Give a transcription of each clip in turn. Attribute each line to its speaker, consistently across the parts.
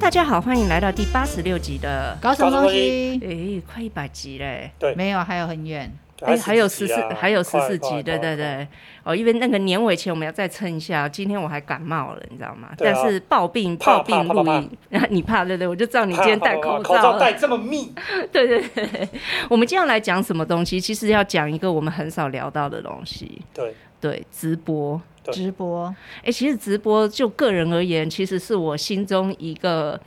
Speaker 1: 大家好，欢迎来到第八十六集的，
Speaker 2: 搞什么东
Speaker 3: 嗯
Speaker 2: 西？
Speaker 1: 哎，快一百集嘞！
Speaker 2: 对没有，还有很远。
Speaker 1: 哎，还有十四，还有十
Speaker 3: 啊快
Speaker 1: 四集，
Speaker 3: 快
Speaker 1: 对对
Speaker 3: 快
Speaker 1: 对。哦，因为那个年尾前我们要再撑一下，今天我还感冒了，你知道吗？
Speaker 3: 对啊
Speaker 1: 但是暴病
Speaker 3: 怕
Speaker 1: 暴病
Speaker 3: 怕怕
Speaker 1: 录音， 你怕对对，我就知道你今天戴口
Speaker 3: 口罩
Speaker 1: 了。
Speaker 3: 戴这么密，
Speaker 1: 对对对， 我们今天要来讲什么东西？其实要讲一个我们很少聊到的东西，
Speaker 3: 对，
Speaker 1: 对，直播。
Speaker 3: 对
Speaker 2: 直播
Speaker 1: 哎、其实直播就个人而言，其实是我心中一个，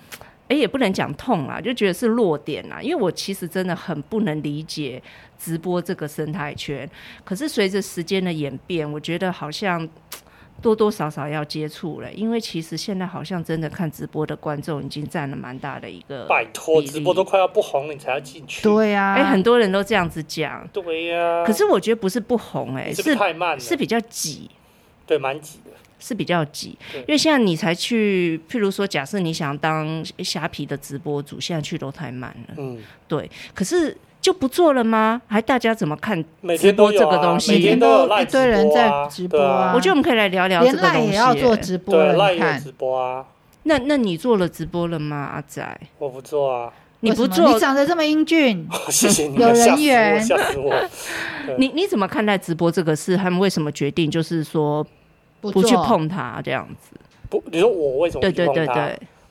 Speaker 1: 哎、也不能讲痛啊，就觉得是弱点啊。因为我其实真的很不能理解直播这个生态圈。可是随着时间的演变，我觉得好像多多少少要接触了，因为其实现在好像真的看直播的观众已经占了蛮大的一个
Speaker 3: 拜托，
Speaker 1: 呃比例
Speaker 3: 直播都快要不红了，你才要进去。
Speaker 2: 对呀、啊，
Speaker 1: 哎、很多人都这样子讲。
Speaker 3: 对呀，
Speaker 1: 可是我觉得不是不红、哎，
Speaker 3: 你是不
Speaker 1: 是
Speaker 3: 是太慢了，
Speaker 1: 是比较挤。
Speaker 3: 对，蛮挤的。
Speaker 1: 是比较急，
Speaker 3: 对
Speaker 1: 因为现在你才去，譬如说，假设你想当虾皮的直播主，现在去都太慢了。
Speaker 3: 嗯，
Speaker 1: 对，可是就不做了吗？还大家怎么看？
Speaker 3: 每天都有
Speaker 1: 直播这个东
Speaker 3: 啊，
Speaker 1: 西
Speaker 3: 每天都有赖
Speaker 2: 一堆人在直
Speaker 3: 直
Speaker 2: 播
Speaker 3: 播
Speaker 2: 啊
Speaker 3: 啊，
Speaker 1: 我觉得我们可以来聊聊
Speaker 2: 连
Speaker 1: 这个
Speaker 2: 赖
Speaker 1: 东西、
Speaker 2: 也要做
Speaker 1: 欸。
Speaker 2: 直播
Speaker 3: 对啊，
Speaker 2: 了，
Speaker 3: 赖
Speaker 2: 你
Speaker 3: 也有
Speaker 2: 看
Speaker 3: 直播啊，
Speaker 1: 那那你做了直播了吗，阿仔？
Speaker 3: 我不做啊，
Speaker 1: 你不
Speaker 2: 为什么
Speaker 1: 做
Speaker 2: 你，长得这么英俊，
Speaker 3: 谢谢你
Speaker 2: 有
Speaker 3: 们，吓
Speaker 2: 人
Speaker 3: 死我，
Speaker 2: 缘
Speaker 3: 吓死我。
Speaker 1: 你你怎么看待直播这个事？他们为什么决定就是说
Speaker 2: 不
Speaker 1: 不
Speaker 2: 做
Speaker 1: 去碰它这样子？
Speaker 3: 不，你说我为什么
Speaker 1: 对
Speaker 3: 不去
Speaker 1: 对
Speaker 3: 碰
Speaker 1: 对
Speaker 3: 它
Speaker 1: 对，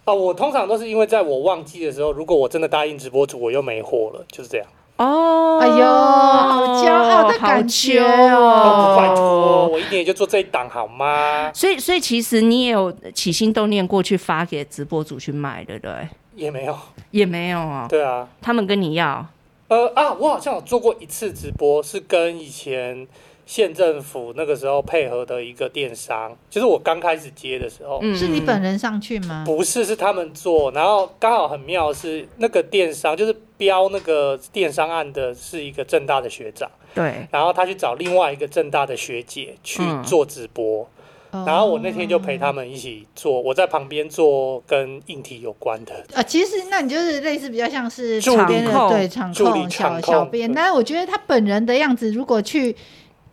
Speaker 3: 啊？我通常都是因为在我旺季的时候，如果我真的答应直播主，我又没货了，就是这样。
Speaker 1: 哦，
Speaker 2: 哎呦好骄傲的感觉哦
Speaker 1: 好
Speaker 3: 拜
Speaker 1: 揪
Speaker 3: 托，我一年也就做这一档好吗？
Speaker 1: 所以，所以其实你也有起心动念过去发给直播主去卖，对不对？
Speaker 3: 也没有，
Speaker 2: 啊
Speaker 1: 也没有哦，
Speaker 3: 对啊。
Speaker 1: 他们跟你要
Speaker 3: 呃啊，我好像有做过一次直播，是跟以前县政府那个时候配合的一个电商，就是我刚开始接的时候，
Speaker 1: 嗯
Speaker 2: 是你本人上去吗？
Speaker 3: 不是是他们做，然后刚好很妙的是那个电商就是标那个电商案的是一个正大的学长，
Speaker 2: 嗯
Speaker 1: 对，
Speaker 3: 然后他去找另外一个正大的学姐去
Speaker 1: 嗯
Speaker 3: 做直播，
Speaker 2: 哦
Speaker 3: 然后我那天就陪他们一起做，我在旁边做跟硬体有关的
Speaker 2: 啊，其实那你就是类似比较像是
Speaker 3: 助理
Speaker 2: 场边的
Speaker 1: 控
Speaker 2: 对场
Speaker 3: 助理
Speaker 2: 控小
Speaker 3: 场控
Speaker 2: 小编，
Speaker 3: 对
Speaker 2: 但是我觉得他本人的样子，如果去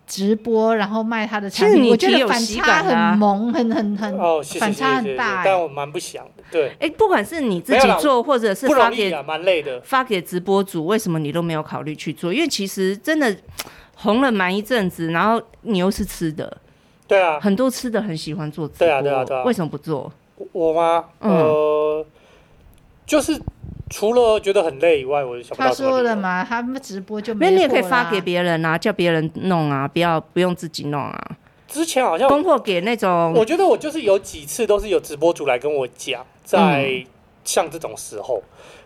Speaker 2: 直播然后卖他的产
Speaker 1: 其实
Speaker 2: 品，
Speaker 1: 你
Speaker 2: 我觉
Speaker 1: 挺
Speaker 2: 得
Speaker 1: 有
Speaker 2: 反
Speaker 1: 喜
Speaker 2: 差
Speaker 1: 感的啊
Speaker 2: 很萌，很很很
Speaker 3: 哦，谢谢
Speaker 2: 反
Speaker 3: 谢
Speaker 2: 差
Speaker 3: 谢谢
Speaker 2: 很
Speaker 3: 谢，
Speaker 2: 大欸
Speaker 3: 但我蛮不想的，对，
Speaker 1: 哎，不管是你自己
Speaker 3: 没有啦
Speaker 1: 做，或者是
Speaker 3: 不
Speaker 1: 发
Speaker 3: 容易
Speaker 1: 给
Speaker 3: 啊，蛮累的。
Speaker 1: 发给直播主，为什么你都没有考虑去做？因为其实真的红了蛮一阵子，然后你又是吃的，
Speaker 3: 对啊，
Speaker 1: 很多吃的很喜欢做直播，
Speaker 3: 对啊对啊对啊
Speaker 1: 为什么不做？
Speaker 3: 我吗？
Speaker 1: 嗯
Speaker 3: 呃，就是除了觉得很累以外，我就想不
Speaker 2: 欸他
Speaker 3: 到什么
Speaker 2: 说
Speaker 3: 理由
Speaker 2: 了？嘛，他们直播就
Speaker 1: 因为
Speaker 2: 没。
Speaker 1: 你也可以发给。别人啊，叫别人弄啊，不要不用自己弄啊，
Speaker 3: 之前好像
Speaker 1: 供货给那种
Speaker 3: 我觉得我就是有几次都是有直播主来跟我讲，
Speaker 1: 嗯
Speaker 3: 在像这种时候，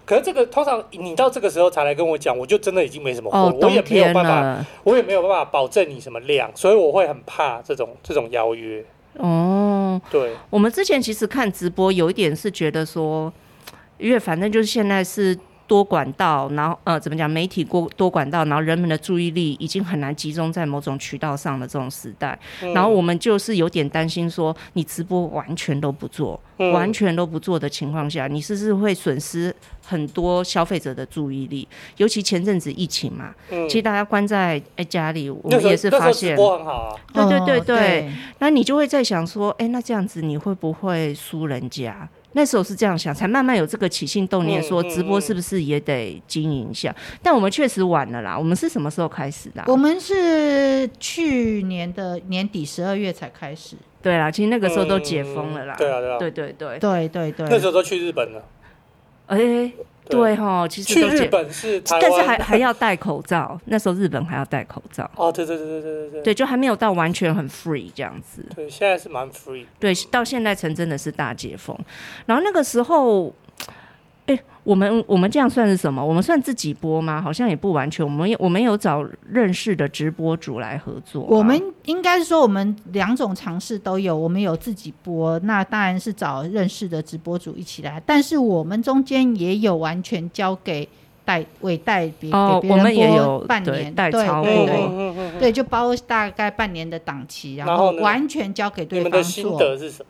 Speaker 3: 可是这个通常你到这个时候才来跟我讲，我就真的已经没什么货，
Speaker 1: 哦，
Speaker 3: 我
Speaker 1: 冬
Speaker 3: 也没有
Speaker 1: 天
Speaker 3: 办法，
Speaker 1: 了。
Speaker 3: 我也没有办法保证你什么量，所以我会很怕这种这种邀约。
Speaker 1: 哦，
Speaker 3: 对，
Speaker 1: 我们之前其实看直播有一点是觉得说，因为反正就是现在是多管道，然后呃怎么讲，媒体过多管道，然后人们的注意力已经很难集中在某种渠道上的这种时代，
Speaker 3: 嗯
Speaker 1: 然后我们就是有点担心说，你直播完全都不做，
Speaker 3: 嗯
Speaker 1: 完全都不做的情况下，你是不是会损失很多消费者的注意力？尤其前阵子疫情嘛，
Speaker 3: 嗯
Speaker 1: 其实大家关在哎家里，我们
Speaker 3: 那时候
Speaker 1: 也是
Speaker 3: 那时
Speaker 1: 发
Speaker 3: 候直
Speaker 1: 现，
Speaker 3: 播很好啊，
Speaker 1: 对对对
Speaker 2: 哦
Speaker 1: 对。那你就会在想说，哎、那这样子你会不会输人家？那时候是这样想，才慢慢有这个起心动念，
Speaker 3: 嗯
Speaker 1: 说
Speaker 3: 嗯
Speaker 1: 直播
Speaker 3: 嗯
Speaker 1: 是不是也得经营一下？但我们确实晚了啦。我们是什么时候开始的啊、
Speaker 2: 我
Speaker 3: 哦
Speaker 2: 们是去年的年底十二月才开始，
Speaker 1: 对啦，其实那个时候都
Speaker 3: 嗯
Speaker 1: 解封了啦。
Speaker 3: 对啊对啊
Speaker 1: 对对对。
Speaker 2: 对对
Speaker 3: 那
Speaker 2: 对，
Speaker 3: 时候都去日本了，
Speaker 1: 哎、对哈，其实
Speaker 3: 去
Speaker 1: 都
Speaker 3: 日
Speaker 1: 解，
Speaker 3: 本是台
Speaker 1: 但
Speaker 3: 湾，
Speaker 1: 是还还要戴口罩。那时候日本还要戴口罩，
Speaker 3: 哦，对对对对对对对
Speaker 1: 对，就还没有到完全很 free 这样子。
Speaker 3: 对，现在是蛮 free 的。
Speaker 1: 对，到现在城真的是大解封。然后那个时候，哎、我们我们这样算是什么？我们算自己播吗？好像也不完全。我们也我们有找认识的直播主来合作啊。
Speaker 2: 我们应该是说我们两种尝试都有，我们有自己播，那当然是找认识的直播主一起来，但是我们中间也有完全交给代委代别
Speaker 1: 哦
Speaker 2: 给别
Speaker 1: 我们
Speaker 2: 人
Speaker 1: 也有
Speaker 2: 播半
Speaker 1: 对
Speaker 2: 年，
Speaker 1: 代
Speaker 2: 对
Speaker 1: 操
Speaker 2: 对
Speaker 1: 播
Speaker 2: 对
Speaker 3: 嗯嗯嗯
Speaker 2: 对，就包大概半年的档期，然
Speaker 3: 然
Speaker 2: 后
Speaker 3: 后呢
Speaker 2: 完全交给
Speaker 3: 你
Speaker 2: 对
Speaker 3: 们
Speaker 2: 方
Speaker 3: 的心
Speaker 2: 做。
Speaker 3: 得是什么？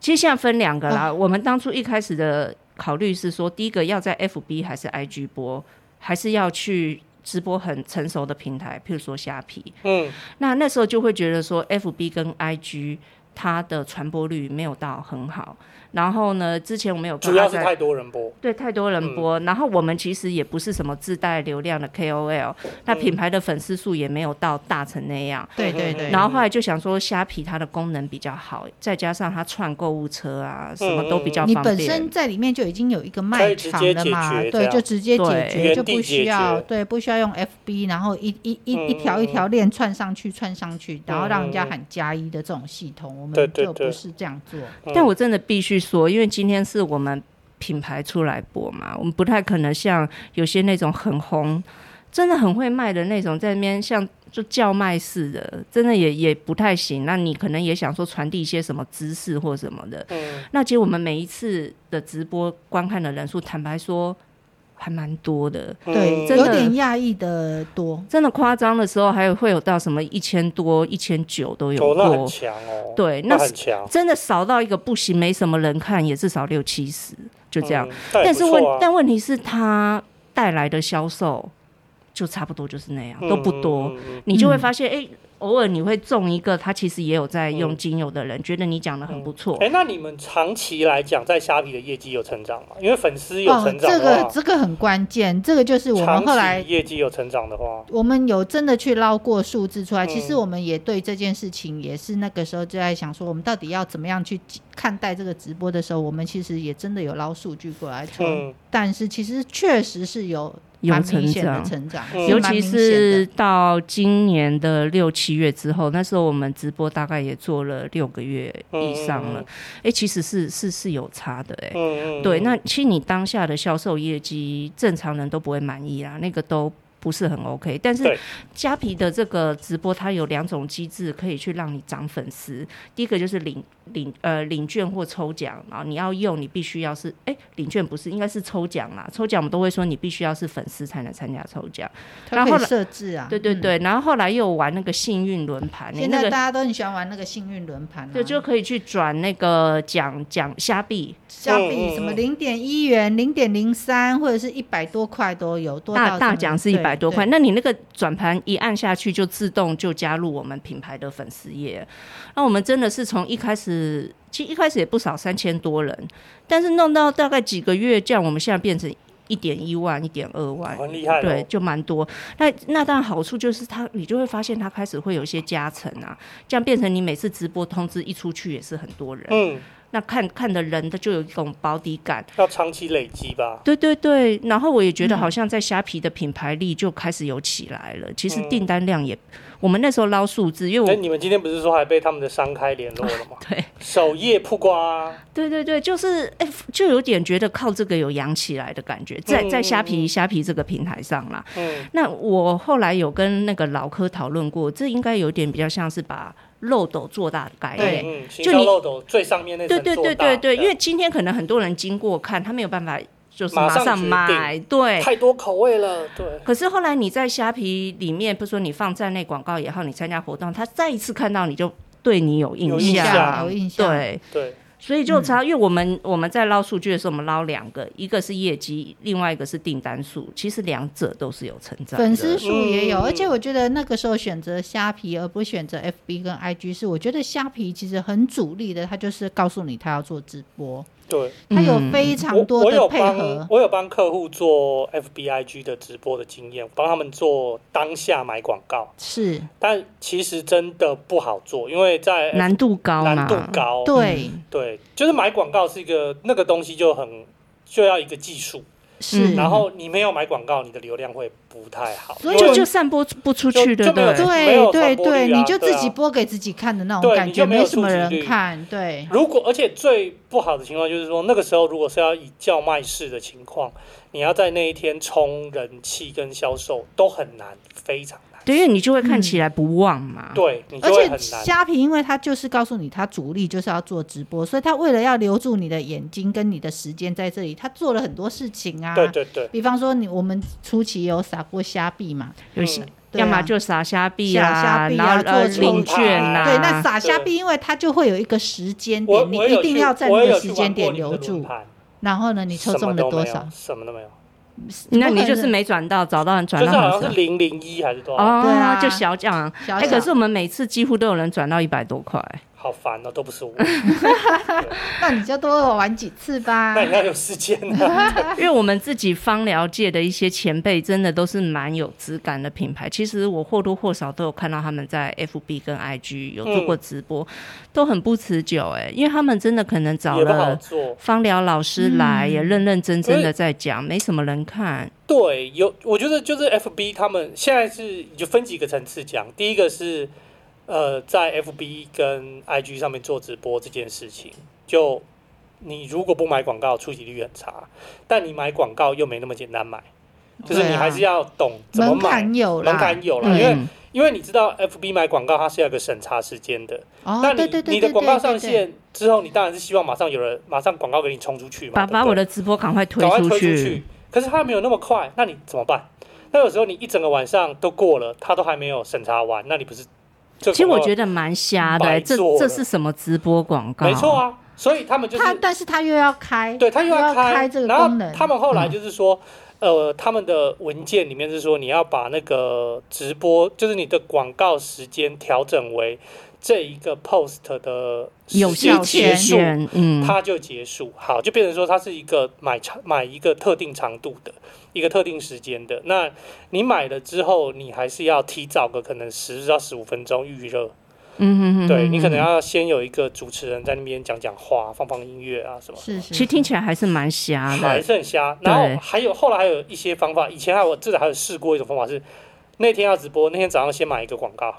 Speaker 1: 其实现在分两个
Speaker 3: 嗯
Speaker 1: 啦。我们当初一开始的考虑是说，第一个要在 FB 还是 IG 播，还是要去直播很成熟的平台，譬如说虾皮。
Speaker 3: 嗯，
Speaker 1: 那那时候就会觉得说，FB 跟 IG 它的传播率没有到很好。然后呢，之前我们有跟
Speaker 3: 主要
Speaker 1: 阿
Speaker 3: 是
Speaker 1: 在
Speaker 3: 太嗯多人播，
Speaker 1: 对，太多人播，然后我们其实也不是什么自带流量的 KOL，那
Speaker 3: 嗯
Speaker 1: 品牌的粉丝数也没有到大成那样。
Speaker 2: 对对对，
Speaker 1: 然后后来就想说，虾皮它的功能比较好，再加上它串购物车
Speaker 3: 嗯
Speaker 1: 啊，什么都比较
Speaker 2: 你
Speaker 1: 方
Speaker 2: 本
Speaker 1: 便
Speaker 2: 身。在里面就已经有一个
Speaker 3: 可
Speaker 2: 卖
Speaker 3: 以直
Speaker 2: 场
Speaker 3: 接
Speaker 2: 了
Speaker 3: 解
Speaker 2: 嘛，
Speaker 3: 决这
Speaker 2: 对，
Speaker 3: 样
Speaker 2: 就直接解
Speaker 1: 对
Speaker 2: 决，
Speaker 3: 原
Speaker 2: 就
Speaker 3: 地
Speaker 2: 不
Speaker 3: 解
Speaker 2: 需要
Speaker 3: 决
Speaker 2: 对，不需要用 FB，然后一一一一条
Speaker 3: 嗯
Speaker 2: 一条链串上去，串上去，然后让人家
Speaker 3: 嗯
Speaker 2: 喊加一的这种系统，我
Speaker 3: 对
Speaker 2: 们
Speaker 3: 对
Speaker 2: 就
Speaker 3: 对
Speaker 2: 不是这样做。
Speaker 3: 嗯
Speaker 1: 但我真的必须说，因为今天是我们品牌出来播嘛，我们不太可能像有些那种很红、真的很会卖的那种，在那边像就叫卖式的，真的也也不太行。那你可能也想说传递一些什么知识或什么的，
Speaker 3: 嗯，
Speaker 1: 那其实我们每一次的直播观看的人数，坦白说还蛮多的。
Speaker 2: 对，
Speaker 3: 嗯
Speaker 1: 真
Speaker 2: 有
Speaker 1: 的
Speaker 2: 点讶异的多。
Speaker 1: 真的夸张的时候，还有会有到什么一千多、一千九都有
Speaker 3: 哦，那很
Speaker 1: 过。
Speaker 3: 强哦，，
Speaker 1: 对，
Speaker 3: 那
Speaker 1: 那
Speaker 3: 很强，
Speaker 1: 真的少到一个不行，没什么人看，也至少六七十，就这样。
Speaker 3: 嗯，
Speaker 1: 但
Speaker 3: 但
Speaker 1: 是问，但问题是它带来的销售就差不多就是那样，都不多。，
Speaker 3: 嗯嗯嗯嗯
Speaker 1: 你就会
Speaker 2: 嗯
Speaker 1: 发现，哎、偶尔你会中一个，他其实也有在用
Speaker 3: 嗯
Speaker 1: 精油的人，觉得你讲的很不错。
Speaker 3: 哎、那你们长期来讲，在虾皮的业绩有成长吗？因为粉丝有
Speaker 2: 哦，
Speaker 3: 成长
Speaker 2: 这
Speaker 3: 的
Speaker 2: 个
Speaker 3: 话，
Speaker 2: 这个很关键，这个就是我们后
Speaker 3: 长
Speaker 2: 来
Speaker 3: 期业绩有成长的话，
Speaker 2: 我们有真的去捞过数字出来。
Speaker 3: 嗯
Speaker 2: 其实我们也对这件事情，也是那个时候就在想说，我们到底要怎么样去看待这个直播的时候，我们其实也真的有捞数据过来从，
Speaker 3: 嗯，
Speaker 2: 但是其实确实是有
Speaker 1: 有
Speaker 2: 蛮
Speaker 1: 成
Speaker 2: 明显的
Speaker 1: 长，
Speaker 2: 成长，
Speaker 3: 嗯
Speaker 1: 尤
Speaker 2: 蛮
Speaker 1: 其
Speaker 2: 明显
Speaker 1: 是
Speaker 2: 的
Speaker 1: 到今年的六七月之后，那时候我们直播大概也做了六个月以上了，哎、其实是是是有差的、哎、
Speaker 3: 嗯，嗯
Speaker 1: 对，那其实你当下的销售业绩，正常人都不会满意啊啦，那个都。不是很 OK，但是
Speaker 3: 对
Speaker 1: 虾皮的这个直播，它有两种机制可以去让你涨粉丝。第一个就是领领呃领券或抽奖，然后你要用，你必须要是哎、领券不是应该是抽奖啦，抽奖我们都会说你必须要是粉丝才能参加抽奖。
Speaker 2: 它
Speaker 1: 然
Speaker 2: 可
Speaker 1: 后
Speaker 2: 以
Speaker 1: 呢
Speaker 2: 设置啊，
Speaker 1: 对对
Speaker 2: 嗯。
Speaker 1: 对，然后后来又有玩那个幸运轮盘，你
Speaker 2: 现
Speaker 1: 那
Speaker 2: 在大
Speaker 1: 个
Speaker 2: 家都很喜欢玩那个幸运轮盘、啊，
Speaker 1: 对就可以去转那个奖奖虾币，
Speaker 2: 相
Speaker 3: 嗯嗯
Speaker 2: 比什么
Speaker 3: 嗯
Speaker 2: 零点一元、零点零三或者是一百多块都有，多到
Speaker 1: 大
Speaker 2: 什
Speaker 1: 大
Speaker 2: 么
Speaker 1: 奖是一
Speaker 2: 对
Speaker 1: 百多块，
Speaker 2: 对
Speaker 1: 那你那个转盘一按下去就自动就加入我们品牌的粉丝页，那我们真的是从一开始，其实一开始也不少三千多人，但是弄到大概几个月这样，我们现在变成一点一万、一点二万，
Speaker 3: 很厉害哦，
Speaker 1: 对，就蛮多。那那当然好处就是它，你就会发现它开始会有一些加成啊，这样变成你每次直播通知一出去也是很多人，
Speaker 3: 嗯，
Speaker 1: 那看看的人的就有一种保底感。
Speaker 3: 要长期累积吧，
Speaker 1: 对对对，然后我也觉得
Speaker 2: 嗯
Speaker 1: 好像在虾皮的品牌力就开始有起来了。其实
Speaker 3: 嗯
Speaker 1: 订单量也，我们那时候捞数字，因
Speaker 3: 哎、
Speaker 1: 为我。
Speaker 3: 你们今天不是说还被他们的商开联络了吗？
Speaker 1: 对
Speaker 3: 首页曝光啊，
Speaker 1: 对对对，就是哎、就有点觉得靠这个有养起来的感觉，在在虾皮虾皮这个平台上啦。
Speaker 3: 嗯，
Speaker 1: 那我后来有跟那个老科讨论过，这应该有点比较像是把漏斗做大的概念。
Speaker 3: 嗯，行
Speaker 1: 就
Speaker 3: 销
Speaker 1: 你
Speaker 3: 漏斗最上面那层
Speaker 1: 对对对
Speaker 3: 做
Speaker 1: 对
Speaker 3: 大
Speaker 1: 对，因为
Speaker 3: 这
Speaker 1: 今天可能很多人经过看，他没有办法就是
Speaker 3: 马
Speaker 1: 马
Speaker 3: 上
Speaker 1: 上
Speaker 3: 决定
Speaker 1: 买，对
Speaker 3: 样，太多口味了，对，
Speaker 1: 可是后来你在虾皮里面，不是说你放站内广告也好，你参加活动，他再一次看到你就对你有印
Speaker 3: 有印
Speaker 1: 象，
Speaker 3: 象嗯
Speaker 2: 有印象
Speaker 1: 对，
Speaker 3: 对，
Speaker 1: 所以就差，因为我们我们在捞数据的时候，我们捞两个，一个是业绩，另外一个是订单数，其实两者都是有成长的。
Speaker 2: 粉丝数也有，
Speaker 3: 嗯
Speaker 2: 而且我觉得那个时候选择虾皮而不选择 FB 跟 IG，是我觉得虾皮其实很主力的，它就是告诉你它要做直播，
Speaker 3: 对，
Speaker 1: 嗯
Speaker 2: 它有非常多
Speaker 3: 我我有
Speaker 2: 的配合
Speaker 3: 帮。我有帮客户做 FBIG 的直播的经验，帮他们做当下买广告，
Speaker 2: 是
Speaker 3: 但其实真的不好做，因为在
Speaker 1: 难度高嘛，
Speaker 3: 难度高，
Speaker 2: 对，
Speaker 1: 嗯
Speaker 3: 对，就是买广告是一个那个东西就很就要一个技术，
Speaker 2: 是
Speaker 1: 嗯
Speaker 3: 然后你没有买广告，你的流量会不太好，
Speaker 2: 所以
Speaker 3: 因
Speaker 1: 就
Speaker 3: 为
Speaker 1: 就散播不出
Speaker 3: 就
Speaker 1: 去，对
Speaker 3: 就
Speaker 1: 不
Speaker 3: 没有
Speaker 1: 对？
Speaker 3: 没有
Speaker 2: 对对
Speaker 3: 传播率
Speaker 2: 对，
Speaker 3: 啊
Speaker 2: 你就
Speaker 3: 对
Speaker 2: 自
Speaker 3: 啊
Speaker 2: 己播给自己看的那种
Speaker 3: 对
Speaker 2: 感
Speaker 3: 你就
Speaker 2: 觉，
Speaker 3: 没有
Speaker 2: 没什么
Speaker 3: 触及
Speaker 2: 人
Speaker 3: 率
Speaker 2: 看，对，
Speaker 3: 如果而且最不好的情况就是说，那个时候如果是要以叫卖式的情况，你要在那一天冲人气跟销售都很难，非常难。
Speaker 1: 对，因为你就会看起来不旺
Speaker 2: 啊
Speaker 1: 嘛。
Speaker 3: 对你
Speaker 2: 而
Speaker 3: 就会
Speaker 2: 且
Speaker 3: 很难。
Speaker 2: 虾皮，因为它就是告诉你，它主力就是要做直播，所以它为了要留住你的眼睛跟你的时间在这里，它做了很多事情啊。
Speaker 3: 对对对，
Speaker 2: 比方说你我们初期有撒过虾币嘛，
Speaker 1: 有些
Speaker 2: 对
Speaker 1: 要
Speaker 2: 啊
Speaker 1: 么就撒虾币
Speaker 2: 撒虾
Speaker 1: 啦，
Speaker 2: 币啊
Speaker 1: 然后呃
Speaker 2: 做抽
Speaker 1: 领券
Speaker 3: 奖啊
Speaker 1: 啦，
Speaker 2: 对，那撒虾币，因为它就会有一个时间
Speaker 3: 我
Speaker 2: 点，你
Speaker 3: 我有
Speaker 2: 一定
Speaker 3: 去
Speaker 2: 要在
Speaker 3: 我
Speaker 2: 那
Speaker 3: 有
Speaker 2: 个
Speaker 3: 去
Speaker 2: 时间
Speaker 3: 玩过
Speaker 2: 点
Speaker 3: 你们
Speaker 2: 留
Speaker 3: 的轮
Speaker 2: 住。
Speaker 3: 盘
Speaker 2: 然后呢，你抽
Speaker 3: 什么
Speaker 2: 中了
Speaker 3: 都
Speaker 2: 多
Speaker 3: 没
Speaker 2: 少
Speaker 3: 有，？什么都没有，
Speaker 1: 那你就是没转到，找到人
Speaker 3: 就
Speaker 1: 转
Speaker 3: 是
Speaker 1: 到
Speaker 3: 好
Speaker 1: 很
Speaker 3: 像
Speaker 1: 少
Speaker 3: 是零零一还是多少，
Speaker 1: 哦，
Speaker 2: 对啊
Speaker 1: 就小奖。
Speaker 2: 小
Speaker 1: 哎、
Speaker 2: 小
Speaker 1: 可是我们每次几乎都有人转到一百多块，
Speaker 3: 好烦哦，都不是 我，
Speaker 2: 那你就多玩几次吧
Speaker 3: 哎那。你要有时间 啊。
Speaker 1: 因为我们自己芳疗界的一些前辈，真的都是蛮有质感的品牌。其实我或多或少都有看到他们在 FB 跟 IG 有做过直播，都很不持久哎、因为他们真的可能找
Speaker 3: 也不好
Speaker 1: 了
Speaker 3: 做。
Speaker 1: 芳疗老师来，
Speaker 2: 嗯
Speaker 1: 也认认真真
Speaker 3: 所
Speaker 1: 的
Speaker 3: 以
Speaker 1: 在讲，没什么人看。
Speaker 3: 对，有我觉得就是 FB 他们现在是就分几个层次讲，第一个是呃在 FB 跟 IG 上面做直播这件事情，就你如果不买广告，触及率很差，但你买广告又没那么简单买，就是你还是要懂怎
Speaker 2: 啊
Speaker 3: 么
Speaker 2: 门
Speaker 3: 买。
Speaker 2: 槛有啦，嗯
Speaker 3: 门槛有啦
Speaker 2: 对
Speaker 3: 哦因
Speaker 1: 嗯
Speaker 3: 为因为你知道，FB 买广告它是要有一个审查时间的。
Speaker 2: 哦，
Speaker 3: 那
Speaker 2: 对
Speaker 3: 你
Speaker 2: 对对对，
Speaker 3: 你的广告
Speaker 2: 对
Speaker 3: 上
Speaker 2: 对对
Speaker 3: 线之后，你当然是希望马上有人马上广告给你冲出去嘛。
Speaker 1: 把
Speaker 3: 对不
Speaker 1: 把
Speaker 3: 对
Speaker 1: 我的直播赶快推
Speaker 3: 赶快
Speaker 1: 出
Speaker 3: 推出
Speaker 1: 去
Speaker 3: 去。。可是它没有那么快，那你怎么办？那有时候你一整个晚上都过了，它都还没有审查完，那你不是？其
Speaker 1: 其实我觉得蛮瞎的、哎
Speaker 3: 白
Speaker 1: 这
Speaker 3: 做
Speaker 1: 这
Speaker 3: 了
Speaker 1: 是什么直播广告？
Speaker 3: 没错啊，所以他们就是
Speaker 2: 他，但是他又要开，
Speaker 3: 对他又
Speaker 2: 要
Speaker 3: 开，
Speaker 2: 这个
Speaker 3: 然
Speaker 2: 功
Speaker 3: 后
Speaker 2: 能，
Speaker 3: 他们后来就是说，呃，他们的文件里面是说你要把那个直播，就是你的广告时间调整为这一个 post 的时
Speaker 1: 有效
Speaker 3: 间
Speaker 2: 效
Speaker 1: 期
Speaker 3: 结
Speaker 2: 期
Speaker 3: 束，
Speaker 1: 限，嗯，
Speaker 3: 它就结束。好，就变成说它是一个买长买一个特定长度的，一个特定时间的。那你买了之后，你还是要提早个可能十到十五分钟预热。
Speaker 1: 嗯哼哼，
Speaker 3: 对你可能
Speaker 1: 要。
Speaker 3: 要先有一个主持人在那边讲讲话，放放音乐啊什么。
Speaker 2: 是是，
Speaker 1: 其实听起来还是蛮瞎
Speaker 3: 还
Speaker 1: 的，
Speaker 3: 是很瞎，
Speaker 1: 对
Speaker 3: 然后还有后来还有一些方法，以前还有我至少还有试过一种方法是，那天要直播，那天早上先买一个广告，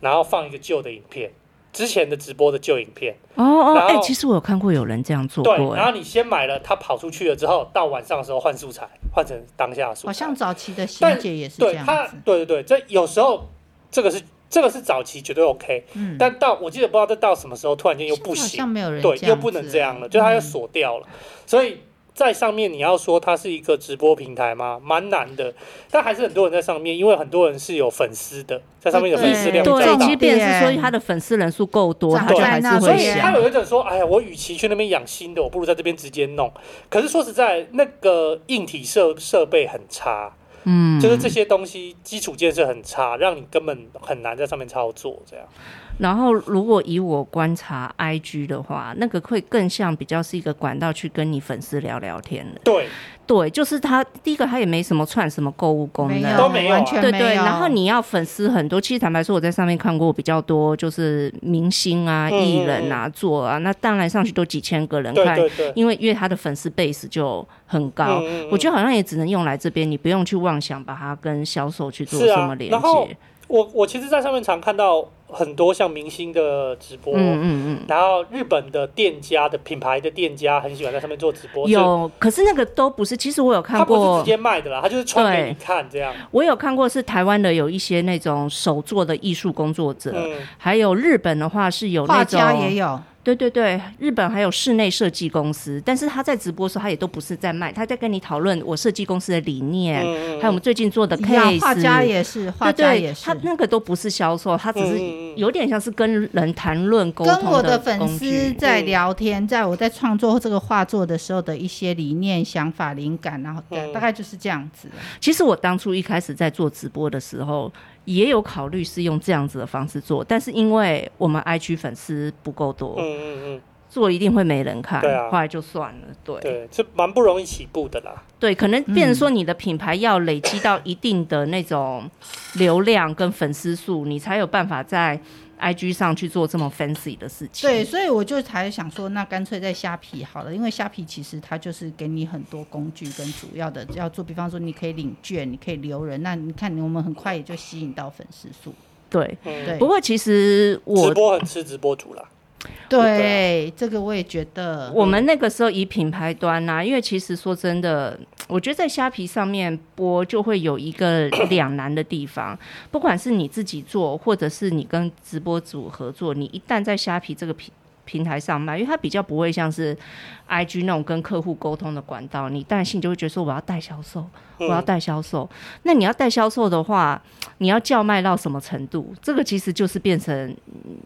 Speaker 3: 然后放一个旧的影片，之前的直播的旧影片，
Speaker 1: 哦哦，
Speaker 3: 然
Speaker 1: 哎、
Speaker 3: 后
Speaker 1: 其实我有看过有人这样做过、
Speaker 3: 对，然
Speaker 1: 哎，
Speaker 3: 后你先买了，它跑出去了之后，到晚上的时候换素材，换成当下的素材。
Speaker 2: 好像早期的
Speaker 3: 但
Speaker 2: 欣姐也是这
Speaker 3: 对
Speaker 2: 样
Speaker 3: 它
Speaker 2: 子，，
Speaker 3: 对对对，这有时候这个是这个是早期绝对 OK，、
Speaker 2: 嗯，
Speaker 3: 但到我记得不知道这到什么时候突然间又
Speaker 2: 现
Speaker 3: 不
Speaker 2: 在好像
Speaker 3: 行，
Speaker 2: 没有人
Speaker 3: 对，
Speaker 2: 这
Speaker 3: 又
Speaker 2: 样
Speaker 3: 不能
Speaker 2: 子
Speaker 3: 这样了，就它又
Speaker 2: 嗯
Speaker 3: 锁掉了。所以在上面你要说它是一个直播平台吗？蛮难的，但还是很多人在上面，因为很多人是有粉丝的，在上面有粉丝量比较
Speaker 2: 对
Speaker 1: 对，
Speaker 3: 大
Speaker 1: 即。便是
Speaker 2: 重
Speaker 1: 说
Speaker 2: 点
Speaker 1: 他的粉丝人数够多，
Speaker 2: 长
Speaker 1: 他就
Speaker 3: 在
Speaker 1: 还是
Speaker 2: 那
Speaker 3: 所
Speaker 1: 会
Speaker 3: 以
Speaker 2: 边
Speaker 3: 他
Speaker 1: 想。
Speaker 3: 有一种说，哎呀，我与其去那边养新的，我不如在这边直接弄。可是说实在，那个硬体设设备很差，
Speaker 1: 嗯，
Speaker 3: 就是这些东西基础建设很差，让你根本很难在上面操作。这样，
Speaker 1: 然后，如果以我观察 IG 的话，那个会更像比较是一个管道去跟你粉丝聊聊天的。
Speaker 3: 对，
Speaker 1: 对，就是他第一个他也没什么串什么购物功
Speaker 2: 没
Speaker 1: 能，
Speaker 2: 有
Speaker 3: 都没有啊
Speaker 2: 完全
Speaker 1: 对
Speaker 2: 没
Speaker 1: 对，
Speaker 2: 有
Speaker 1: 然后你要粉丝很多，其实坦白说，我在上面看过比较多，就是明星啊、
Speaker 3: 嗯
Speaker 1: 艺人啊、做啊，那当然上去都几千个人
Speaker 3: 对
Speaker 1: 看，
Speaker 3: 对对，
Speaker 1: 因为因为他的粉丝 base 就很高，
Speaker 3: 嗯
Speaker 1: 我觉得好像也只能用来这边，你不用去妄想把它跟销售去做
Speaker 3: 是啊
Speaker 1: 什么连
Speaker 3: 然后
Speaker 1: 接，
Speaker 3: 我我其实，在上面常看到很多像明星的直播，
Speaker 1: 嗯嗯
Speaker 3: 然后日本的店家的品牌的店家很喜欢在上面做直播，
Speaker 1: 嗯，有，可是那个都不是，其实我有
Speaker 3: 是
Speaker 1: 看
Speaker 3: 他不是直
Speaker 1: 过，
Speaker 3: 接卖的啦，他就是穿给
Speaker 1: 对
Speaker 3: 你看这样，
Speaker 1: 我有看过是台湾的有一些那种手作的艺术工作者，
Speaker 3: 嗯，
Speaker 1: 还有日本的话是有那
Speaker 2: 画
Speaker 1: 种
Speaker 2: 家也有，
Speaker 1: 对对对，日本还有室内设计公司，但是他在直播的时候，他也都不是在卖，他在跟你讨论我设计公司的理念，
Speaker 3: 嗯
Speaker 1: 还有我们最近做的
Speaker 2: 一样
Speaker 1: case，
Speaker 2: 画家也是，画
Speaker 1: 对
Speaker 2: 家
Speaker 1: 对
Speaker 2: 也，是
Speaker 1: 他。那个都不是销售，他只是
Speaker 3: 嗯嗯嗯
Speaker 1: 有点像是跟人谈论沟
Speaker 2: 跟
Speaker 1: 通
Speaker 2: 我的粉
Speaker 1: 工
Speaker 2: 丝
Speaker 1: 具。
Speaker 2: 在聊天，在我在创作这个画作的时候的一些理念、想法、灵感，然后大
Speaker 3: 嗯
Speaker 2: 大概就是这样子。
Speaker 1: 其实我当初一开始在做直播的时候，也有考虑是用这样子的方式做，但是因为我们 IG 粉丝不够多，
Speaker 3: 嗯嗯嗯，
Speaker 1: 做一定会没人看，
Speaker 3: 对啊
Speaker 1: 后来就算了。对
Speaker 3: 对，这蛮不容易起步的啦，
Speaker 1: 对，可能变成说你的品牌要累积到一定的那种流量跟粉丝数，你才有办法在 IG 上去做这么 fancy 的事情。
Speaker 2: 对，，所以我就才想说，那干脆在虾皮好了，因为虾皮其实它就是给你很多工具跟主要的要做，比方说你可以领券，你可以留人，那你看我们很快也就吸引到粉丝数。
Speaker 1: 对。
Speaker 3: 嗯，
Speaker 2: 对
Speaker 1: 不过其实
Speaker 3: 直
Speaker 1: 我
Speaker 3: 播很吃直播主啦，
Speaker 2: 对，这个我也觉得，
Speaker 1: 啊我们那个时候以品牌端呐、因为其实说真的，我觉得在虾皮上面播就会有一个两难的地方，不管是你自己做，或者是你跟直播组合作，你一旦在虾皮这个平平台上卖，因为它比较不会像是 IG 那种跟客户沟通的管道，你带信就会觉得说我要带销售，我
Speaker 3: 嗯
Speaker 1: 要带销售。那你要带销售的话，你要叫卖到什么程度？这个其实就是变成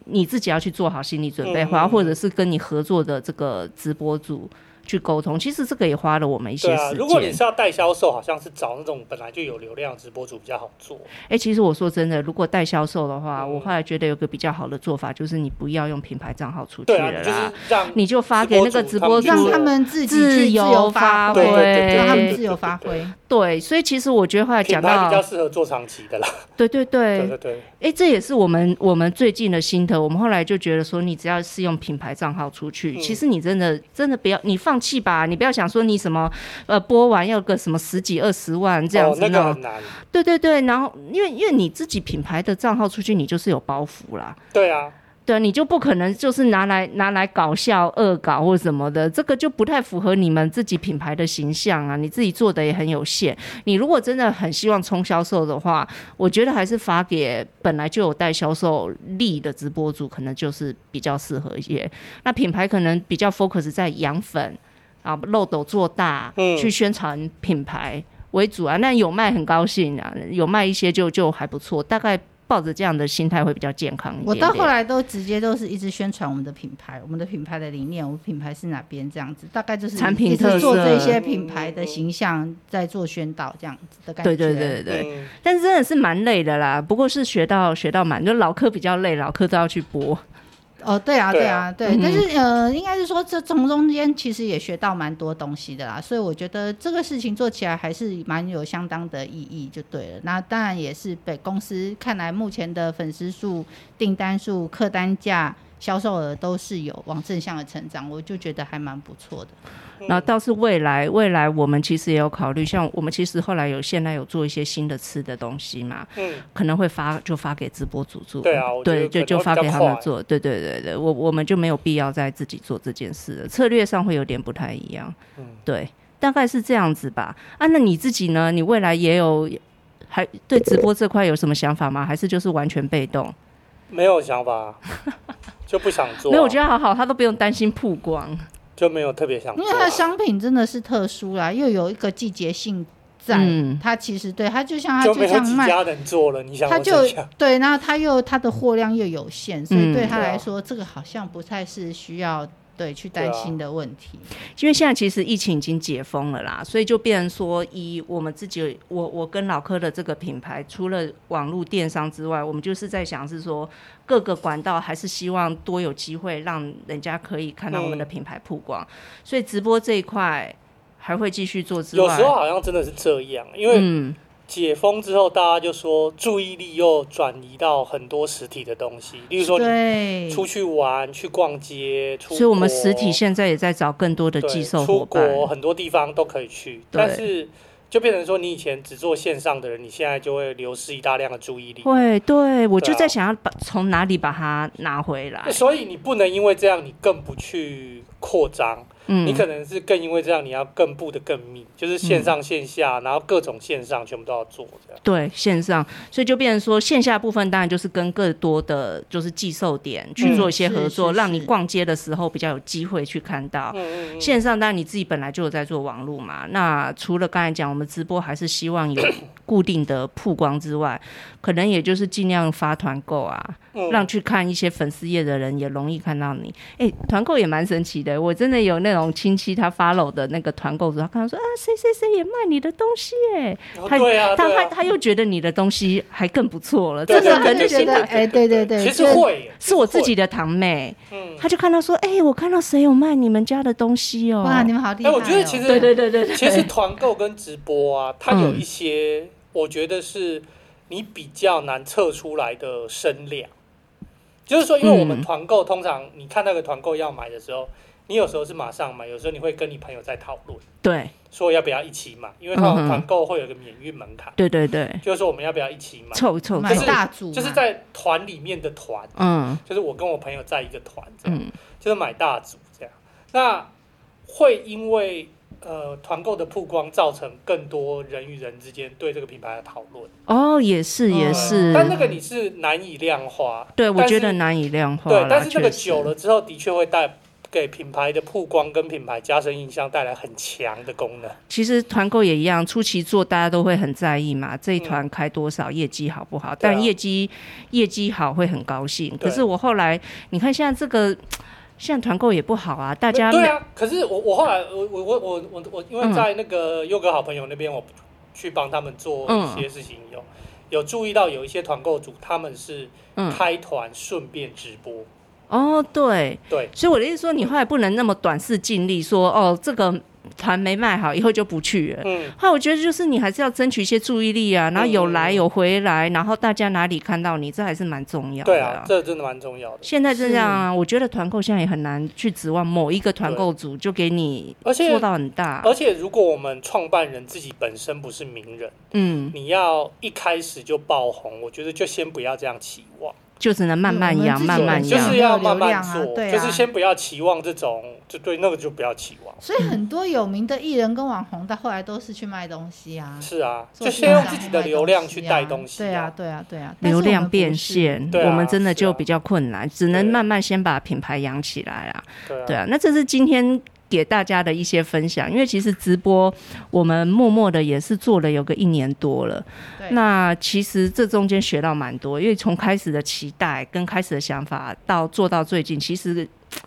Speaker 1: 你自己要去做好心理准备，
Speaker 3: 嗯
Speaker 1: 或、或者是跟你合作的这个直播主去沟通。其实这个也花了我们一些
Speaker 3: 对啊，
Speaker 1: 时
Speaker 3: 如果
Speaker 1: 间
Speaker 3: 你。是要带销售，好像是找那种本来就有流量的直播主比较好做。
Speaker 1: 哎、其实我说真的，如果带销售的话，
Speaker 3: 嗯
Speaker 1: 我后来觉得有个比较好的做法，就是你不要用品牌账号出去
Speaker 3: 对啊，
Speaker 1: 了
Speaker 3: 你就
Speaker 1: 啦
Speaker 3: 是，让
Speaker 1: 你就发给那个直播主
Speaker 2: 让他们自己去
Speaker 1: 自由
Speaker 2: 发
Speaker 1: 挥，
Speaker 3: 对对对对
Speaker 2: 让他们自由发挥。
Speaker 1: 对，所以其实我觉得后来
Speaker 3: 品
Speaker 1: 讲
Speaker 3: 牌比较
Speaker 1: 到，
Speaker 3: 适合做长期的啦。
Speaker 1: 对对
Speaker 3: 对
Speaker 1: 对，
Speaker 3: 对对，
Speaker 1: 哎，这也是我们我们最近的心得。我们后来就觉得说，你只要是用品牌账号出去，
Speaker 3: 嗯
Speaker 1: 其实你真的真的不要你放弃吧，你不要想说你什么呃播完要个什么十几二十万这样
Speaker 3: 哦
Speaker 1: 子、
Speaker 3: 那个
Speaker 1: 种
Speaker 3: 很难。
Speaker 1: 对对对，然后因为因为你自己品牌的账号出去，你就是有包袱啦。
Speaker 3: 对啊，
Speaker 1: 对，你就不可能就是拿来拿来搞笑、恶搞或什么的，这个就不太符合你们自己品牌的形象啊。你自己做的也很有限。你如果真的很希望冲销售的话，我觉得还是发给本来就有带销售力的直播主，可能就是比较适合一些。那品牌可能比较 focus 在养粉啊、漏斗做大，
Speaker 3: 嗯
Speaker 1: 去宣传品牌为主啊。那有卖很高兴啊，有卖一些就就还不错，大概。抱着这样的心态会比较健康一点
Speaker 2: 我
Speaker 1: 点。
Speaker 2: 到后来都直接都是一直宣传我们的品牌，我们的品牌的理念，我们品牌是哪边这样子，大概就是
Speaker 1: 产品
Speaker 2: 一
Speaker 1: 特
Speaker 2: 直做
Speaker 1: 色
Speaker 2: 这些品牌的形象，在做宣导这样子的感觉。
Speaker 1: 对对对对，
Speaker 3: 嗯
Speaker 1: 但是真的是蛮累的啦。不过是学到学到蛮，就老科比较累，老科都要去播。
Speaker 2: 哦，对啊，
Speaker 3: 对
Speaker 2: 对
Speaker 3: 啊
Speaker 2: 啊，
Speaker 1: 嗯
Speaker 2: 对，但是呃，应该是说这从中间其实也学到蛮多东西的啦，所以我觉得这个事情做起来还是蛮有相当的意义，就对了。那当然也是被公司看来目前的粉丝数、订单数、客单价、销售额都是有往正向的成长，我就觉得还蛮不错的。
Speaker 3: 嗯
Speaker 1: 然后倒是未来，未来我们其实也有考虑，像我们其实后来有现在有做一些新的吃的东西嘛，
Speaker 3: 嗯，
Speaker 1: 可能会发就发给直播主做。
Speaker 3: 对啊我觉得
Speaker 1: 对，
Speaker 3: 可
Speaker 1: 就
Speaker 3: 能
Speaker 1: 就
Speaker 3: 会
Speaker 1: 发
Speaker 3: 比
Speaker 1: 给
Speaker 3: 较
Speaker 1: 他们
Speaker 3: 快
Speaker 1: 做。对对对对，我我们就没有必要再自己做这件事了，策略上会有点不太一样。
Speaker 3: 嗯
Speaker 1: 对，大概是这样子吧。啊，那你自己呢？你未来也有还对直播这块有什么想法吗？还是就是完全被动？
Speaker 3: 没有想法，就不想做啊。
Speaker 1: 没有，我觉得好好，他都不用担心曝光。
Speaker 3: 就没有特别想
Speaker 2: 因
Speaker 3: 做啊。
Speaker 2: 为它的商品真的是特殊啦，又有一个季节性在，
Speaker 1: 嗯
Speaker 2: 它其实对它就像它
Speaker 3: 就没
Speaker 2: 就
Speaker 3: 有
Speaker 2: 像
Speaker 3: 几
Speaker 2: 卖。
Speaker 3: 家能做了，你想
Speaker 2: 他
Speaker 3: 我
Speaker 2: 就
Speaker 3: 怎 想？
Speaker 2: 对，那他又他的货量又有限，所
Speaker 1: 嗯
Speaker 2: 以对他
Speaker 3: 对啊
Speaker 2: 来说，这个好像不太是需要对去
Speaker 3: 对
Speaker 2: 担
Speaker 3: 啊
Speaker 2: 心的问题。
Speaker 1: 因为现在其实疫情已经解封了啦，所以就变成说，以我们自己，我我跟老科的这个品牌，除了网络电商之外，我们就是在想是说，各个管道还是希望多有机会让人家可以看到我们的品牌曝光，所以直播这一块还会继续做之
Speaker 3: 有
Speaker 1: 外
Speaker 3: 时，候好像真的是这样，因为
Speaker 1: 嗯，
Speaker 3: 解封之后，大家就说注意力又转移到很多实体的东西，例如说你
Speaker 2: 对，
Speaker 3: 出去玩、去逛街、出
Speaker 1: 嗯
Speaker 3: 国，
Speaker 1: 所以我们实体现在也在找更多的
Speaker 3: 对
Speaker 1: 寄售
Speaker 3: 出
Speaker 1: 伙伴，
Speaker 3: 国很多地方都可以去，
Speaker 1: 对
Speaker 3: 但是就变成说你以前只做线上的人，你现在就会流失一大量的注意力。
Speaker 1: 会，对我
Speaker 3: 对
Speaker 1: 就
Speaker 3: 啊
Speaker 1: 在想要把从哪里把它拿回来，
Speaker 3: 所以你不能因为这样，你更不去扩张，
Speaker 1: 嗯，
Speaker 3: 你可能是更因为这样，你要更布的更密，就是线上线下，
Speaker 1: 嗯
Speaker 3: 然后各种线上全部都要做这样。
Speaker 1: 对线上，所以就变成说线下部分当然就是跟更多的就是寄售点
Speaker 3: 嗯
Speaker 1: 去做一些合作，
Speaker 2: 是是
Speaker 1: 让你
Speaker 2: 是
Speaker 1: 逛街的时候比较有机会去看到。
Speaker 3: 嗯嗯嗯，
Speaker 1: 线上当然你自己本来就有在做网络嘛，那除了刚才讲我们直播还是希望有 固定的曝光之外，可能也就是尽量发团购啊，
Speaker 3: 嗯
Speaker 1: 让去看一些粉丝页的人也容易看到你。哎、团购也蛮神奇的，我真的有那种亲戚他 follow 的那个团购主，他看到说啊谁谁谁也卖你的东西耶、
Speaker 3: 哦
Speaker 1: 他
Speaker 3: 对啊，
Speaker 1: 但
Speaker 3: 对
Speaker 1: 他
Speaker 3: 啊
Speaker 1: 他又觉得你的东西还更不错了，
Speaker 3: 对
Speaker 1: 这
Speaker 2: 这
Speaker 1: 个
Speaker 2: 个
Speaker 3: 对
Speaker 1: 人的
Speaker 2: 就
Speaker 3: 对
Speaker 2: 觉
Speaker 1: 心
Speaker 2: 得
Speaker 1: 态
Speaker 2: 哎，对对对，
Speaker 3: 其实
Speaker 2: 就
Speaker 3: 会耶
Speaker 1: 是我自己的堂妹，
Speaker 3: 嗯，
Speaker 1: 她就看到说，哎、我看到谁有卖你们家的东西哦、
Speaker 2: 哇，你们好厉
Speaker 3: 哎
Speaker 2: 害哦！
Speaker 3: 我觉得其实
Speaker 1: 对对对对对，
Speaker 3: 其实团购跟直播啊，它有
Speaker 1: 嗯
Speaker 3: 一些我觉得是你比较难测出来的声量，就是说，因为我们
Speaker 1: 嗯
Speaker 3: 团购通常你看那个团购要买的时候，你有时候是马上买，有时候你会跟你朋友在讨论，
Speaker 1: 对
Speaker 3: 说要不要一起买，因为它有
Speaker 1: 嗯哼
Speaker 3: 团购会有一个免运门槛，
Speaker 1: 对对对，
Speaker 3: 就是说我们要不要一起买，
Speaker 1: 凑一凑
Speaker 2: 买
Speaker 3: 就
Speaker 1: 凑
Speaker 3: 嗯是，
Speaker 2: 大组嘛啊
Speaker 3: 就是在团里面的团，
Speaker 1: 嗯
Speaker 3: 就是我跟我朋友在一个团这样。
Speaker 1: 嗯，
Speaker 3: 就是买大组这样。那会因为呃团购的曝光，造成更多人与人之间对这个品牌的讨论。呃
Speaker 1: 哦，也是也是，
Speaker 3: 嗯但那个你是难以量化。
Speaker 1: 对我
Speaker 3: 但是
Speaker 1: 觉得难以量化
Speaker 3: 对
Speaker 1: 啦，
Speaker 3: 但是这个
Speaker 1: 确实
Speaker 3: 久了之后，的确会带。给品牌的曝光跟品牌加深印象带来很强的功能，
Speaker 1: 其实团购也一样，初期做大家都会很在意嘛，这一团开多少，业绩好不好？
Speaker 3: 嗯对啊
Speaker 1: 但业绩业绩好会很高兴。可
Speaker 3: 对
Speaker 1: 是我后来，你看现在这个。现在团购也不好啊，大家
Speaker 3: 对啊，可是我我后来我我我我我我因为在那个优格好朋友那边，我去帮他们做一
Speaker 1: 嗯
Speaker 3: 些事情，有有注意到有一些团购组他们是
Speaker 1: 嗯
Speaker 3: 开团顺便直播，
Speaker 1: 哦对，
Speaker 3: 对
Speaker 1: 所以我的意思说，你后来不能那么短视尽力说，哦这个团没卖好，以后就不去了。
Speaker 3: 嗯，
Speaker 1: 后来我觉得就是你还是要争取一些注意力啊，然后有
Speaker 3: 嗯
Speaker 1: 来有回来，然后大家哪里看到你，这还是蛮重要的、
Speaker 3: 对啊，这真的蛮重要的。
Speaker 1: 现在这样啊，我觉得团购现在也很难去指望某一个团购组就给你
Speaker 3: 而且
Speaker 1: 做到很大。
Speaker 3: 而且如果我们创办人自己本身不是名人，
Speaker 1: 嗯，
Speaker 3: 你要一开始就爆红，我觉得就先不要这样期望，
Speaker 1: 就只能慢慢
Speaker 2: 嗯我们
Speaker 1: 养，
Speaker 2: 自己
Speaker 1: 慢
Speaker 2: 有
Speaker 1: 慢
Speaker 3: 就
Speaker 1: 养。
Speaker 3: 是要慢慢做，
Speaker 2: 流量啊对啊
Speaker 3: 就是先不要期望这种，就对那个就不要期望。
Speaker 2: 所以很多有名的艺人跟网红到后来都是去卖东西啊，
Speaker 3: 是啊，
Speaker 2: 做
Speaker 3: 就先用自己的
Speaker 2: 啊
Speaker 3: 流量去带东西、
Speaker 2: 对啊，，对啊，对啊，但是
Speaker 1: 流
Speaker 2: 我们
Speaker 1: 量
Speaker 2: 不
Speaker 1: 变
Speaker 2: 是。
Speaker 1: 现，
Speaker 3: 对啊
Speaker 1: 我们真的
Speaker 3: 是啊
Speaker 1: 就比较困难，只能
Speaker 3: 对
Speaker 1: 慢慢先把品牌养起来啊。
Speaker 3: 对啊，
Speaker 1: 对啊，那这是今天给大家的一些分享，因为其实直播我们默默的也是做了有个一年多了
Speaker 2: 对。
Speaker 1: 那其实这中间学到蛮多，因为从开始的期待跟开始的想法到做到最近，其实。嘖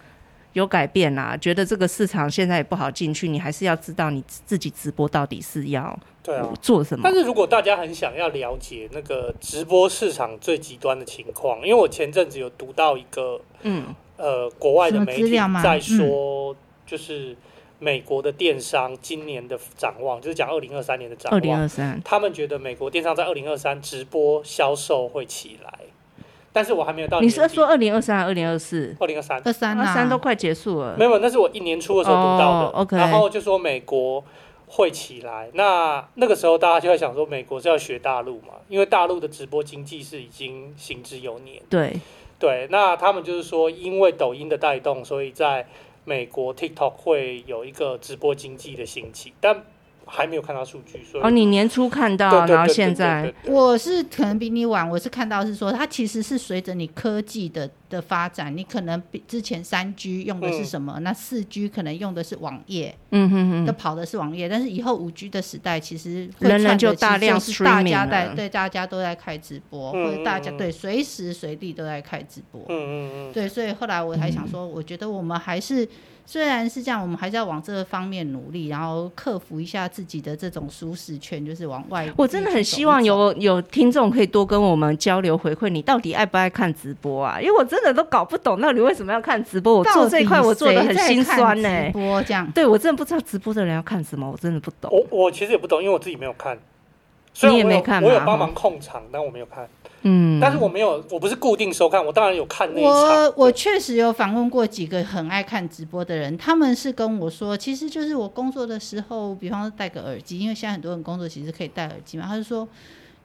Speaker 1: 有改变啦、觉得这个市场现在也不好进去，你还是要知道你自己直播到底是要
Speaker 3: 对啊。
Speaker 1: 做什么
Speaker 3: 但。是如果大家很想要了解那个直播市场最极端的情况，因为我前阵子有读到一个
Speaker 1: 嗯
Speaker 3: 呃国外的
Speaker 2: 什
Speaker 3: 媒
Speaker 2: 么资
Speaker 3: 体
Speaker 2: 料吗
Speaker 3: 在说，就是美国的电商今年的展望，就是讲二零二三年的展
Speaker 1: 二零
Speaker 3: 望，
Speaker 1: 二三，
Speaker 3: 他们觉得美国电商在二零二三直播销售会起来，但是我还没有到
Speaker 1: 你是说二零二三、二零二四？
Speaker 3: 二零二三？
Speaker 2: 二三
Speaker 1: 二
Speaker 2: 啊，
Speaker 1: 三都快结束了
Speaker 3: 没。有，那是我一年初的时候读到的。
Speaker 1: 哦，OK
Speaker 3: 然后就说美国会起来，那那个时候大家就在想说，美国是要学大陆嘛？因为大陆的直播经济是已经行之有年。
Speaker 1: 对，
Speaker 3: 对，那他们就是说，因为抖音的带动，所以在美国 TikTok 会有一个直播经济的兴起，但还没有看到数据，所以、
Speaker 1: 哦，你年初看
Speaker 3: 对
Speaker 1: 到，
Speaker 3: 对对
Speaker 1: 然后现
Speaker 3: 对
Speaker 1: 在，
Speaker 3: 对对对
Speaker 2: 我是可能比你晚，我是看到是说，它其实是随着你科技的的发展，你可能比之前三 G 用的是什么，那四 G 可能用的是网页，
Speaker 1: 嗯哼哼
Speaker 2: 都，跑的是网页，但是以后五 G 的时代，其实会
Speaker 1: 人人
Speaker 2: 串的
Speaker 1: 就
Speaker 2: 其实
Speaker 1: 大量
Speaker 2: 是大
Speaker 1: streaming
Speaker 2: 家在
Speaker 1: 了
Speaker 2: 对大家都在开直播，
Speaker 3: 嗯
Speaker 2: 或者大家
Speaker 3: 嗯嗯
Speaker 2: 对随时随地都在开直播。
Speaker 3: 嗯嗯嗯，
Speaker 2: 对，所以后来我还
Speaker 1: 嗯
Speaker 2: 想说，我觉得我们还是虽然是这样，我们还是要往这个方面努力，然后克服一下自己的这种舒适圈，就是往外。
Speaker 1: 我真的很希望。有有听众可以多跟我们交流回馈，你到底爱不爱看直播啊？因为我真的都搞不懂到底为什么要看直播，我做这一块我做的很心酸呢、
Speaker 2: 直播这样，
Speaker 1: 对我真的不知道直播的人要看什么，我真的不
Speaker 2: 哦
Speaker 1: 懂。
Speaker 3: 我我其实也不懂，因为我自己没有看。虽然
Speaker 1: 你也
Speaker 3: 我有
Speaker 1: 没看嘛
Speaker 3: 我有帮忙控场，但我没有看。
Speaker 1: 嗯，
Speaker 3: 但是我没有，我不是固定收看，我当然有看那一
Speaker 2: 我
Speaker 3: 场。
Speaker 2: 我确实有访问过几个很爱看直播的人，他们是跟我说，其实就是我工作的时候，比方说戴个耳机，因为现在很多人工作其实可以戴耳机嘛，他就说。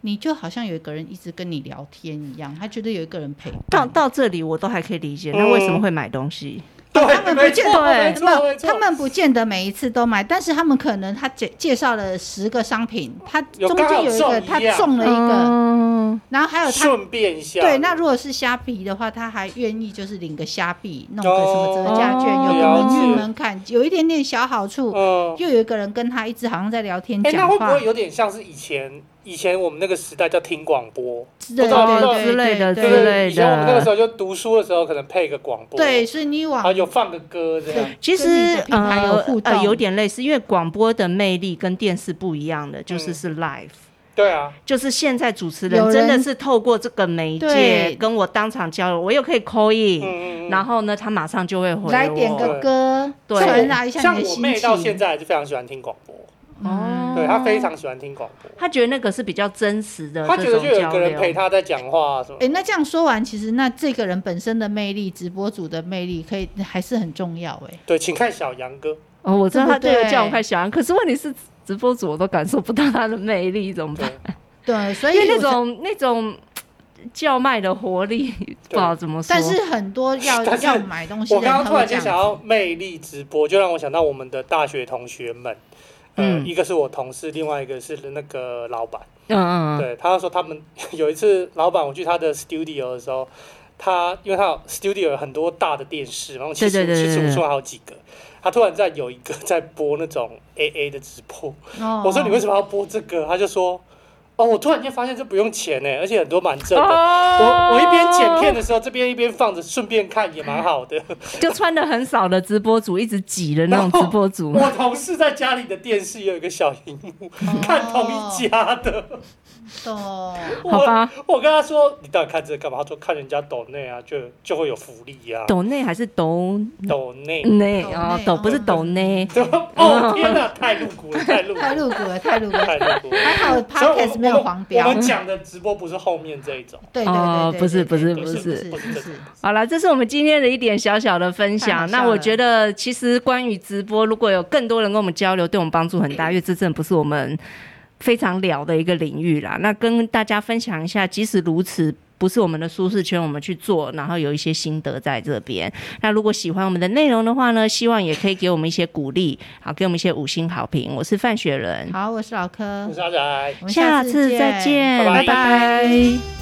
Speaker 2: 你就好像有一个人一直跟你聊天一样，他觉得有一个人陪
Speaker 1: 到
Speaker 2: 伴。
Speaker 1: 到这里我都还可以理解，
Speaker 3: 嗯
Speaker 1: 那为什么会买东西？
Speaker 3: 对
Speaker 2: 他们不
Speaker 3: 没
Speaker 2: 见
Speaker 3: 错
Speaker 1: 对
Speaker 3: 没错没
Speaker 2: 不，
Speaker 3: 错
Speaker 2: 他们不见得每一次都买，但是他们可能他介介绍了十个商品，他
Speaker 3: 有
Speaker 2: 中
Speaker 3: 刚好
Speaker 2: 间有一个
Speaker 3: 中一
Speaker 2: 他
Speaker 3: 样
Speaker 2: 中了一个，
Speaker 1: 嗯，
Speaker 2: 然后还有他
Speaker 3: 顺便一下，
Speaker 2: 对，那如果是虾皮的话，他还愿意就是领个虾币，弄个什么折价券，
Speaker 1: 哦
Speaker 2: 有个
Speaker 3: 了
Speaker 2: 门
Speaker 3: 解
Speaker 2: 入门槛，有一点点小好处。
Speaker 3: 嗯，
Speaker 2: 又有一个人跟他一直好像在聊天
Speaker 3: 哎、那
Speaker 2: 讲
Speaker 3: 会不
Speaker 2: 话
Speaker 3: 会，有点像是以前以前我们那个时代叫听广播？
Speaker 2: 之
Speaker 3: 不知道不知道
Speaker 2: 对
Speaker 1: 之类的
Speaker 2: 对
Speaker 3: 就
Speaker 1: 之
Speaker 2: 对
Speaker 1: 类的
Speaker 3: 是以前我们那个时候就读书的时候，可能配个广播，
Speaker 2: 对，，所以你往
Speaker 3: 然后有放个歌这样。
Speaker 1: 其实
Speaker 2: 跟你的品牌有
Speaker 1: 呃
Speaker 2: 互动
Speaker 1: 呃有点类似，因为广播的魅力跟电视不一样的，就是
Speaker 3: 嗯
Speaker 1: 是 live。
Speaker 3: 对啊，
Speaker 1: 就是现在主持
Speaker 2: 有
Speaker 1: 人
Speaker 2: 人
Speaker 1: 真的是透过这个媒介
Speaker 2: 对
Speaker 1: 跟我当场交流，我又可以 call in，、
Speaker 3: 嗯嗯嗯。
Speaker 1: 然后呢，他马上就会回我。
Speaker 2: 来点个歌，
Speaker 1: 对
Speaker 2: 传达一下
Speaker 3: 像
Speaker 2: 你的
Speaker 3: 我
Speaker 2: 心
Speaker 3: 妹到现
Speaker 2: 情。
Speaker 3: 在还是非常喜欢听广播，
Speaker 1: 哦，
Speaker 3: 嗯对她非，常喜欢听广播，
Speaker 1: 他觉得那个是比较真实的
Speaker 3: 她觉
Speaker 1: 这
Speaker 3: 得
Speaker 1: 种
Speaker 3: 就有一
Speaker 1: 交
Speaker 3: 个人陪
Speaker 1: 流。
Speaker 3: 她在讲话啊什么
Speaker 2: 哎，。那这样说完，其实那这个人本身的魅力，直播主的魅力，可以还是很重要哎。
Speaker 3: 对，请看小杨哥，
Speaker 1: 哦，我知道
Speaker 2: 对
Speaker 1: 他
Speaker 2: 不
Speaker 1: 这个
Speaker 2: 对
Speaker 1: 叫我看小安，可是问题是直播主我都感受不到他的魅力，怎么
Speaker 3: 对
Speaker 1: 办？，
Speaker 2: 对，所以
Speaker 1: 因为那
Speaker 2: 我才
Speaker 1: 种那种叫卖的活力，不知道怎么说。
Speaker 2: 但是很多要
Speaker 3: 但是
Speaker 2: 要买东西的
Speaker 3: 我
Speaker 2: 人，
Speaker 3: 刚刚
Speaker 2: 他
Speaker 3: 突
Speaker 2: 会
Speaker 3: 然
Speaker 2: 这
Speaker 3: 间
Speaker 2: 样
Speaker 3: 想要魅力直播，就让我想到我们的大学同学们，呃，
Speaker 1: 嗯
Speaker 3: 一个是我同事，另外一个是那个老板。
Speaker 1: 嗯，嗯嗯，
Speaker 3: 对，他说他们 有一次，老板我去他的 studio 的时候，他因为他有 studio 有很多大的电视，然后其
Speaker 1: 对对
Speaker 3: 实
Speaker 1: 对
Speaker 3: 其
Speaker 1: 对
Speaker 3: 实我
Speaker 1: 对
Speaker 3: 说好几个，他突 然在有一个在播那种 AA 的直播，
Speaker 2: 哦
Speaker 3: 我说你为什么要播这个？他就说。哦，哦，我突然间发现这不用钱欸呢，而且很多蛮正的。
Speaker 1: 哦
Speaker 3: 我我一边剪片的 时候，这边一边放着，顺便看也蛮好 的。
Speaker 1: 就穿的很少的直播主，一直挤的那种直播主，
Speaker 3: 我同事在家里的电视也有一个小荧幕，看同一家的。
Speaker 2: 哦懂。
Speaker 1: 好吧
Speaker 3: 我我跟他说：“你到底看这个干嘛？”他说：“看人家抖内啊，就就会有福利呀、啊。
Speaker 1: 抖内还是抖
Speaker 3: 抖内，
Speaker 1: 内
Speaker 2: 抖内
Speaker 1: 哦，抖不是抖内，
Speaker 3: 对吧 哦天哪，太露骨
Speaker 1: 嗯
Speaker 3: 了，太露骨
Speaker 2: 太
Speaker 3: 了，
Speaker 2: 露骨了，太露骨了。
Speaker 3: 太露 骨了。
Speaker 2: 还好
Speaker 3: 所以我们
Speaker 2: podcast 没有黄标
Speaker 3: 我们，我们讲的直播不是后面这一种，
Speaker 2: 对对对
Speaker 1: 哦
Speaker 2: 对对
Speaker 1: 不是
Speaker 2: 对
Speaker 1: 不是
Speaker 2: 对
Speaker 1: 不
Speaker 2: 对
Speaker 1: 是
Speaker 2: 不是
Speaker 3: 不
Speaker 2: 不
Speaker 3: 是
Speaker 2: 是，
Speaker 1: 好了，这是我们今天的一点小小的分
Speaker 2: 太好
Speaker 1: 享。
Speaker 2: 笑
Speaker 1: 那我
Speaker 2: 了
Speaker 1: 觉得，其实关于直播，如果有更多人跟我们交流，对我们帮助 很大，因为这真的不是我们非常聊的一个领域啦。那跟大家分享一下，即使如此。不是我们的舒适圈，我们去做，然后有一些心得在这边。那如果喜欢我们的内容的话呢，希望也可以给我们一些鼓励，好，给我们一些五星好评。我是范雪人，
Speaker 2: 好，我是老柯
Speaker 3: 我，是阿宅。
Speaker 2: 我们
Speaker 1: 下次再见，拜
Speaker 3: 拜拜
Speaker 1: 拜